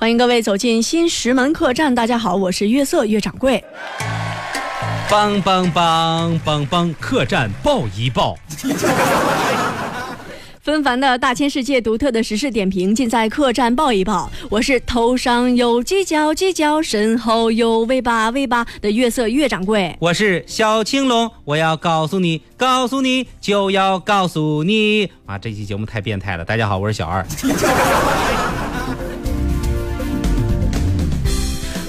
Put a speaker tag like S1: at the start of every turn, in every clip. S1: 欢迎各位走进新石门客栈。大家好，我是月色月掌柜。
S2: 帮帮帮帮帮，客栈报一报。
S1: 纷繁的大千世界，独特的时事点评，尽在客栈报一报。我是头上有犄角，犄角身后有尾巴，尾巴的月色月掌柜。
S2: 我是小青龙，我要告诉你，告诉你就要告诉你啊！这期节目太变态了。大家好，我是小二。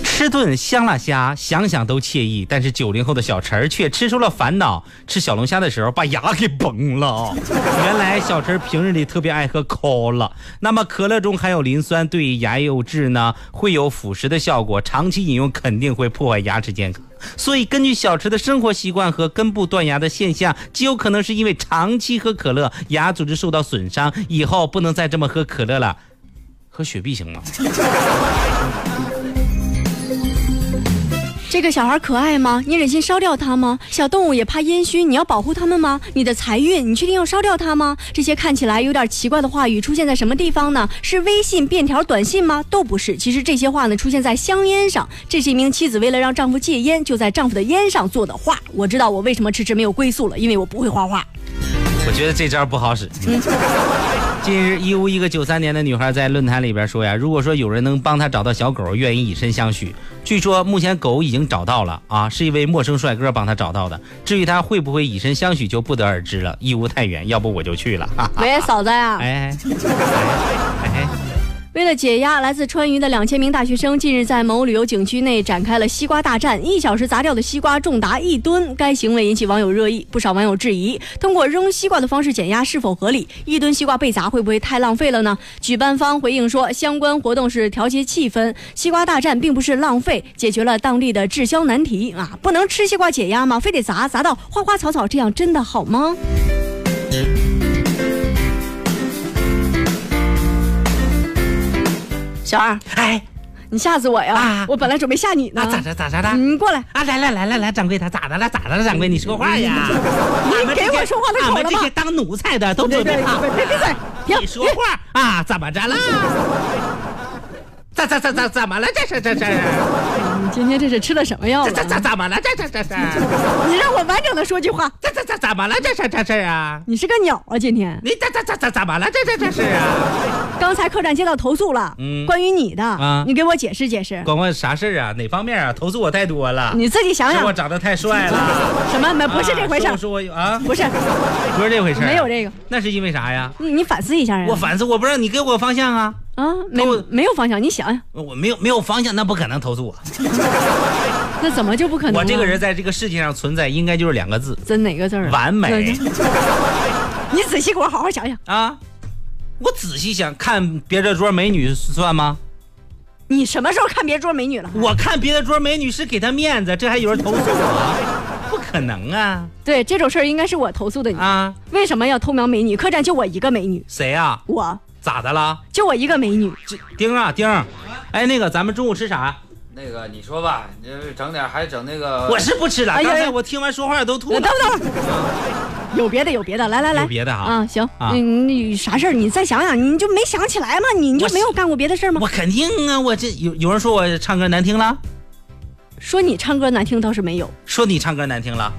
S2: 吃顿香辣虾，想想都惬意，但是九零后的小陈儿却吃出了烦恼。吃小龙虾的时候，把牙给崩了。原来小陈儿平日里特别爱喝可乐，那么可乐中含有磷酸，对牙釉质呢会有腐蚀的效果，长期饮用肯定会破坏牙齿健康。所以，根据小池的生活习惯和根部断牙的现象，极有可能是因为长期喝可乐，牙组织受到损伤，以后不能再这么喝可乐了。喝雪碧行吗？
S1: 这个小孩可爱吗？你忍心烧掉他吗？小动物也怕阴虚，你要保护它们吗？你的财运，你确定要烧掉它吗？这些看起来有点奇怪的话语出现在什么地方呢？是微信、便条、短信吗？都不是。其实这些话呢，出现在香烟上。这是一名妻子为了让丈夫戒烟，就在丈夫的烟上做的画。我知道我为什么迟迟没有归宿了，因为我不会画画。
S2: 我觉得这招不好使。 近日，义乌一个九三年的女孩在论坛里边说呀，如果说有人能帮她找到小狗，愿意以身相许。据说目前狗已经找到了啊，是一位陌生帅哥帮她找到的。至于他会不会以身相许，就不得而知了。义乌太远，要不我就去了。 哈哈
S1: 喂，嫂子呀、
S2: 哎哎哎哎，
S1: 为了解压，来自川渝的两千名大学生近日在某旅游景区内展开了西瓜大战，一小时砸掉的西瓜重达一吨。该行为引起网友热议，不少网友质疑，通过扔西瓜的方式减压是否合理？一吨西瓜被砸会不会太浪费了呢？举办方回应说，相关活动是调节气氛，西瓜大战并不是浪费，解决了当地的滞销难题啊！不能吃西瓜解压吗？非得砸砸到花花草草，这样真的好吗？小二，
S2: 哎，
S1: 你吓死我呀！
S2: 啊
S1: 我本来准备吓你呢。
S2: 那咋着咋着的？
S1: 你过来，
S2: 啊，来了来了来，掌柜的，咋的了咋的了？掌柜，你说话呀！俺们
S1: 给
S2: 这
S1: 我
S2: 些
S1: 说话的口
S2: 俺们
S1: 了
S2: 这
S1: 吧
S2: 些当奴才的都准备好了。
S1: 别闭嘴，
S2: 你
S1: 停，
S2: 说话啊？怎么着了？咋咋咋咋怎么了？这是这啊这
S1: 你今天这是吃了什么药
S2: 这
S1: 了？
S2: 这这怎么了？这这啊这这
S1: 你让我完整的说句话，
S2: 这这这怎么了？这是这是啊？
S1: 你是个鸟啊！今天
S2: 你这这这这怎么了？这这这是啊？
S1: 刚才客栈接到投诉了，
S2: 嗯
S1: 关于你的，
S2: 啊
S1: 你给我解释解释，
S2: 管我啥事儿啊？哪方面啊？投诉我太多了，
S1: 你哎自己想
S2: 说我
S1: 想，
S2: 长得太帅了，
S1: 什么没不是这回事
S2: 啊
S1: 儿，
S2: 说我说我啊，
S1: 不是，
S2: 不是这回事儿，啊
S1: 没有这个，
S2: 那是因为啥呀？
S1: 你你反思一下呀
S2: 我，反思，我不知道你给我方向啊。
S1: 啊，没
S2: 我
S1: 没有方向，你想想，
S2: 我没有没有方向，那不可能投诉我。
S1: 那怎么就不可能？啊
S2: 我这个人。在这个世界上存在，应该就是两个字：
S1: 真哪个字儿啊？
S2: 完美
S1: 那你仔细给我好好想想，
S2: 啊！我仔细想看别的桌美女算吗？
S1: 你什么时候看别桌美女了？
S2: 我看别的桌美女是给她面子，这还有人投诉我？不可能啊！
S1: 对这种事儿应该是我投诉的你。
S2: 啊，
S1: 为什么要偷瞄美女？客栈就我一个美女，
S2: 谁啊？
S1: 我
S2: 咋的了？
S1: 就我一个美女。
S2: 这丁啊丁，哎，那个咱们中午吃啥？
S3: 那个你说吧，你这整点还整那个，
S2: 我是不吃了，
S1: 哎呀
S2: 刚才我听完说话都吐
S1: 等
S2: 了。
S1: 等等， 有别的有别的，来来来，
S2: 有别的哈，
S1: 啊，行，
S2: 啊
S1: 嗯，你啥事儿你再想想，你就没想起来吗？你你就
S2: 我是
S1: 没有干过别的事儿吗？
S2: 我肯定啊，我这有有人说我唱歌难听了，
S1: 说你唱歌难听倒是没有，
S2: 说你唱歌难听了，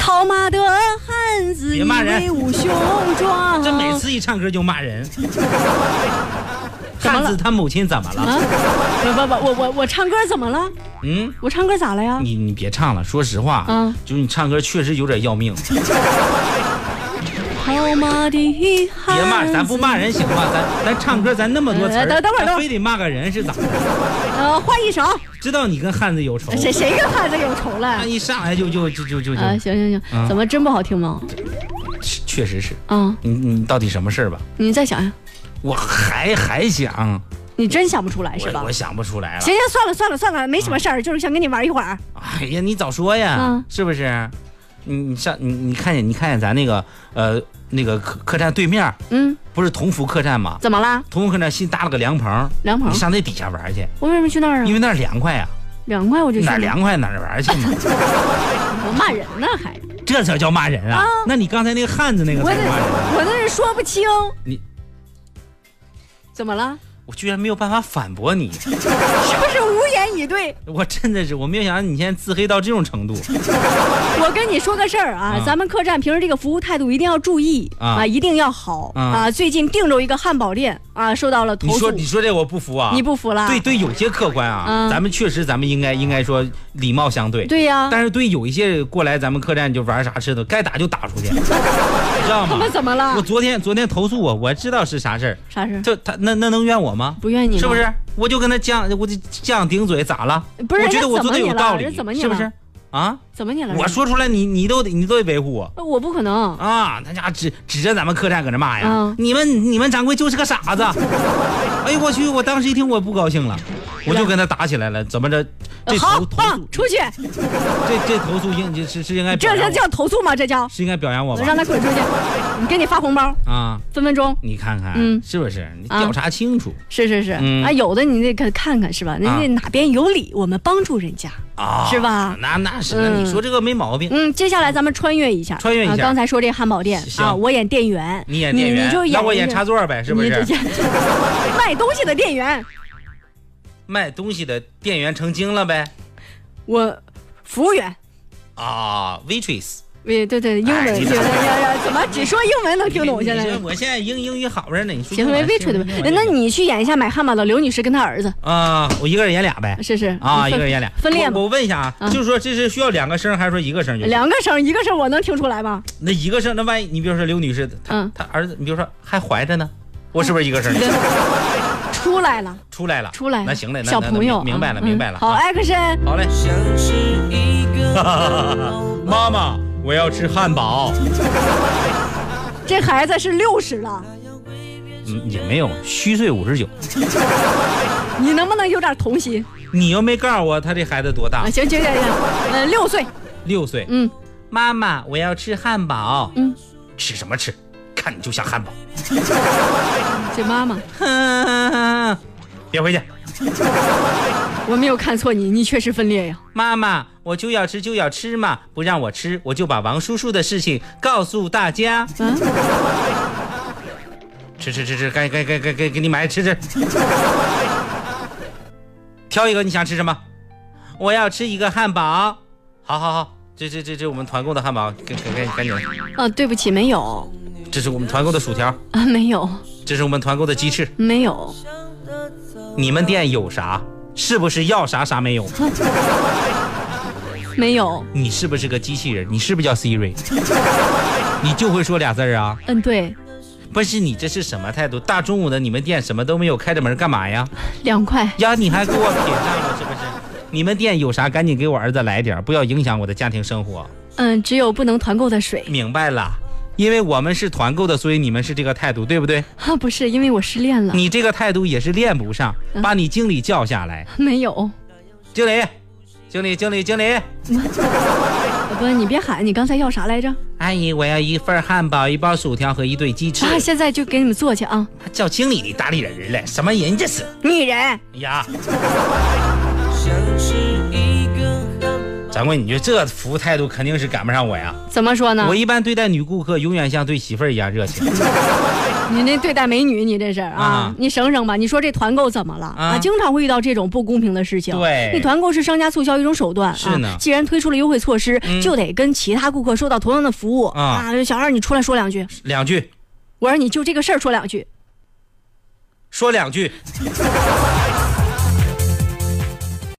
S1: 套马的汉子
S2: 别
S1: 以
S2: 骂人
S1: 为无雄 壮。
S2: 这每次一唱歌就骂人。
S1: 怎么
S2: 汉
S1: 了
S2: 子他母亲怎么了？
S1: 啊，不不不，我我我唱歌怎么了？
S2: 嗯，
S1: 我唱歌咋了呀？
S2: 你你别唱了，说实话，
S1: 嗯
S2: 就是你唱歌确实有点要命。
S1: 套马的汉子，
S2: 别骂，咱不骂人行吗？咱咱唱歌，咱那么多词儿，
S1: 呃等等会儿
S2: 咱
S1: 等会儿
S2: 非得骂个人是咋的？
S1: 呃，换一首，
S2: 知道你跟汉子有仇，
S1: 谁谁跟汉子有仇了？
S2: 他一上来就就就就就就，
S1: 啊，行行行，
S2: 哎嗯
S1: 怎么真不好听吗？
S2: 确实是
S1: 啊，
S2: 你你到底什么事儿吧？
S1: 你再想想，
S2: 我还还想，
S1: 你真想不出来是吧
S2: 我我？想不出来了
S1: 行。行，算了算了算了，没什么事儿，就是想跟你玩一会儿。啊
S2: 哎呀，你早说呀
S1: 嗯，
S2: 是不是？你你上你你看见你看见咱那个呃那个客客栈对面儿
S1: 嗯，
S2: 不是同福客栈吗？
S1: 怎么啦？
S2: 同福客栈新搭了个凉棚，
S1: 凉棚
S2: 你？上那底下玩去，
S1: 我为什么去那儿啊
S2: 因？为那儿凉快呀，
S1: 凉快我就去
S2: 哪
S1: 了
S2: 儿凉啊快哪儿玩去嘛。
S1: 我骂人呢还？
S2: 这才叫骂人啊！那你刚才那个汉子那个
S1: 我
S2: 才骂人。
S1: 那我那是说不清。
S2: 你
S1: 怎么了？
S2: 我居然没有办法反驳你，
S1: 不是无言以对。
S2: 我真的是我没有想到你现在自黑到这种程度。
S1: 我跟你说个事儿啊，
S2: 啊
S1: 咱们客栈平时这个服务态度一定要注意
S2: 啊
S1: 一定要好
S2: 啊
S1: 最近定州一个汉堡店啊，受到了投
S2: 你
S1: 诉
S2: 说，你说这我不服啊？
S1: 你不服啦？
S2: 对对，有些客官啊，
S1: 嗯
S2: 咱们确实咱们应该应该说礼貌相对。
S1: 对啊呀、
S2: 但是对有一些过来咱们客栈就玩啥吃的，该打就打 出去，你知
S1: 他
S2: 道吗
S1: 们？怎么了
S2: 啊我？昨天昨天投诉我，我知道是啥事儿，
S1: 啥事儿？
S2: 就他那那能怨我吗？
S1: 不愿意
S2: 是不？是？我就跟他犟，我就犟顶嘴，咋了？
S1: 不是
S2: 我觉得我
S1: 人家
S2: 做的有道理，
S1: 怎么你了嗯
S2: 是不是？啊，
S1: 怎么你了？
S2: 我说出来你你都得你都得维护我
S1: 呃我不可能。
S2: 啊！他家指指着咱们客栈搁那骂呀，
S1: 嗯
S2: 你们你们掌柜就是个傻子！ 哎呦我去！我当时一听我不高兴了，我就跟他打起来了。怎么着？
S1: 呃
S2: 这
S1: 好
S2: 投，投
S1: 啊
S2: 诉，
S1: 出去！
S2: 这这投诉应是是应该表
S1: 这
S2: 扬
S1: 这
S2: 我，
S1: 叫投诉吗？这叫
S2: 是应该表扬我吧
S1: 让？他滚出去！你给你发红包，
S2: 啊！
S1: 分分钟。
S2: 你看看，
S1: 嗯
S2: 是不是？你
S1: 啊
S2: 调查清楚
S1: 是是是、
S2: 嗯
S1: 啊，有的你得看看看是吧？人家
S2: 啊
S1: 哪边有理，我们帮助人家。
S2: 啊，
S1: 是吧
S2: 那那是，那
S1: 嗯
S2: 你说这个没毛病。
S1: 嗯，接下来咱们穿越一下，
S2: 穿越一下
S1: 啊刚才说这汉堡店
S2: 行
S1: 啊，我演店员，
S2: 你演店员，
S1: 你就演
S2: 那我演插座呗，是不是
S1: 你？ 就演卖东西的店员，
S2: 卖东西的店员成精了呗？
S1: 我服务员。
S2: 啊，waitress，
S1: 对对对，英文，
S2: 哎
S1: 对
S2: 你
S1: 对对怎么只说英文能听懂？现
S2: 你
S1: 在
S2: 这我现在英英语好着呢，你说
S1: 行
S2: 英
S1: 为
S2: 文
S1: waitress
S2: 英
S1: 吧
S2: 文
S1: 那你去演一下买汉堡的刘女士跟她儿子，
S2: 啊，我一个人演俩呗？
S1: 是是
S2: 啊，
S1: 你
S2: 一
S1: 分
S2: 个人演俩，
S1: 分裂
S2: 我
S1: 吗？
S2: 我问一下啊
S1: 啊，
S2: 就是说这是需要两个声还是说一个声就行？
S1: 两个声，一个声我能听出来吗？
S2: 那一个声，那万一你比如说刘女士，她
S1: 嗯
S2: 她儿子，你比如说还怀着呢，我是不是一个声？
S1: 出来了，
S2: 出来了，
S1: 出来了，
S2: 那行嘞，那
S1: 小
S2: 那
S1: 朋友，
S2: 那明明白了，
S1: 嗯
S2: 明白了。
S1: 好
S2: 啊，
S1: ，action，
S2: 好嘞。
S4: 像是一 个
S2: 妈妈，我要吃汉堡。
S1: 这孩子是六十了，
S2: 嗯，也没有，虚岁五十九。
S1: 你能不能有点童心
S2: 你又没告诉我他这孩子多大
S1: 啊？？行行行行，呃，六岁，
S2: 六岁。
S1: 嗯，
S2: 妈妈，我要吃汉堡。
S1: 嗯，
S2: 吃什么吃？看你就像汉堡。
S1: 这妈妈，
S2: 哼，别回去。
S1: 我没有看错你，你确实分裂呀。
S2: 妈妈，我就要吃就要吃嘛，不让我吃，我就把王叔叔的事情告诉大家。
S1: 啊，
S2: 吃吃吃吃，该该该该该给你买吃吃。挑一个，你想吃什么？我要吃一个汉堡。好好好，这这这这我们团购的汉堡，赶赶赶赶紧，
S1: 啊，对不起，没有
S2: 这是我们团购的薯条，
S1: 啊，没有，
S2: 这是我们团购的鸡翅。
S1: 没有，
S2: 你们店有啥？是不是要啥啥没有？
S1: 没有，
S2: 你是不是个机器人？你是不是叫 Siri？你就会说俩字儿啊？
S1: 嗯，对，
S2: 不是你这是什么态度？大中午的你们店什么都没有，开着门干嘛呀？
S1: 两块，
S2: 呀，你还给我撇上了是不是？你们店有啥赶紧给我儿子来点儿，不要影响我的家庭生活。
S1: 嗯，只有不能团购的水
S2: 明白了。因为我们是团购的，所以你们是这个态度，对不对？
S1: 啊，不是因为我失恋了，
S2: 你这个态度也是练不上，把你经理叫下来，
S1: 没有，
S2: 经理，经理，经理，经理，
S1: 啊不，你别喊，你刚才要啥来着？
S2: 阿姨，我要一份汉堡、一包薯条和一对鸡翅。
S1: 啊，现在就给你们做去啊，
S2: 还叫经理，你搭理人嘞？什么人这是？
S1: 女人，
S2: 哎呀，
S4: 像是一个汉
S2: 掌柜，你就这服务态度肯定是赶不上我呀。
S1: 怎么说呢
S2: 我？一般对待女顾客，永远像对媳妇儿一样热情。
S1: 你那对待美女，你这是啊
S2: 啊，
S1: 你省省吧。你说这团购怎么了啊？
S2: 啊
S1: 经常会遇到这种不公平的事情。
S2: 对
S1: 你团购是商家促销一种手段
S2: 是呢嗯
S1: 啊。既然推出了优惠措施，就得跟其他顾客说到同样的服务
S2: 啊。
S1: 小二，你出来说两句，
S2: 两句，
S1: 我让你就这个事儿说两句。
S2: 说两句。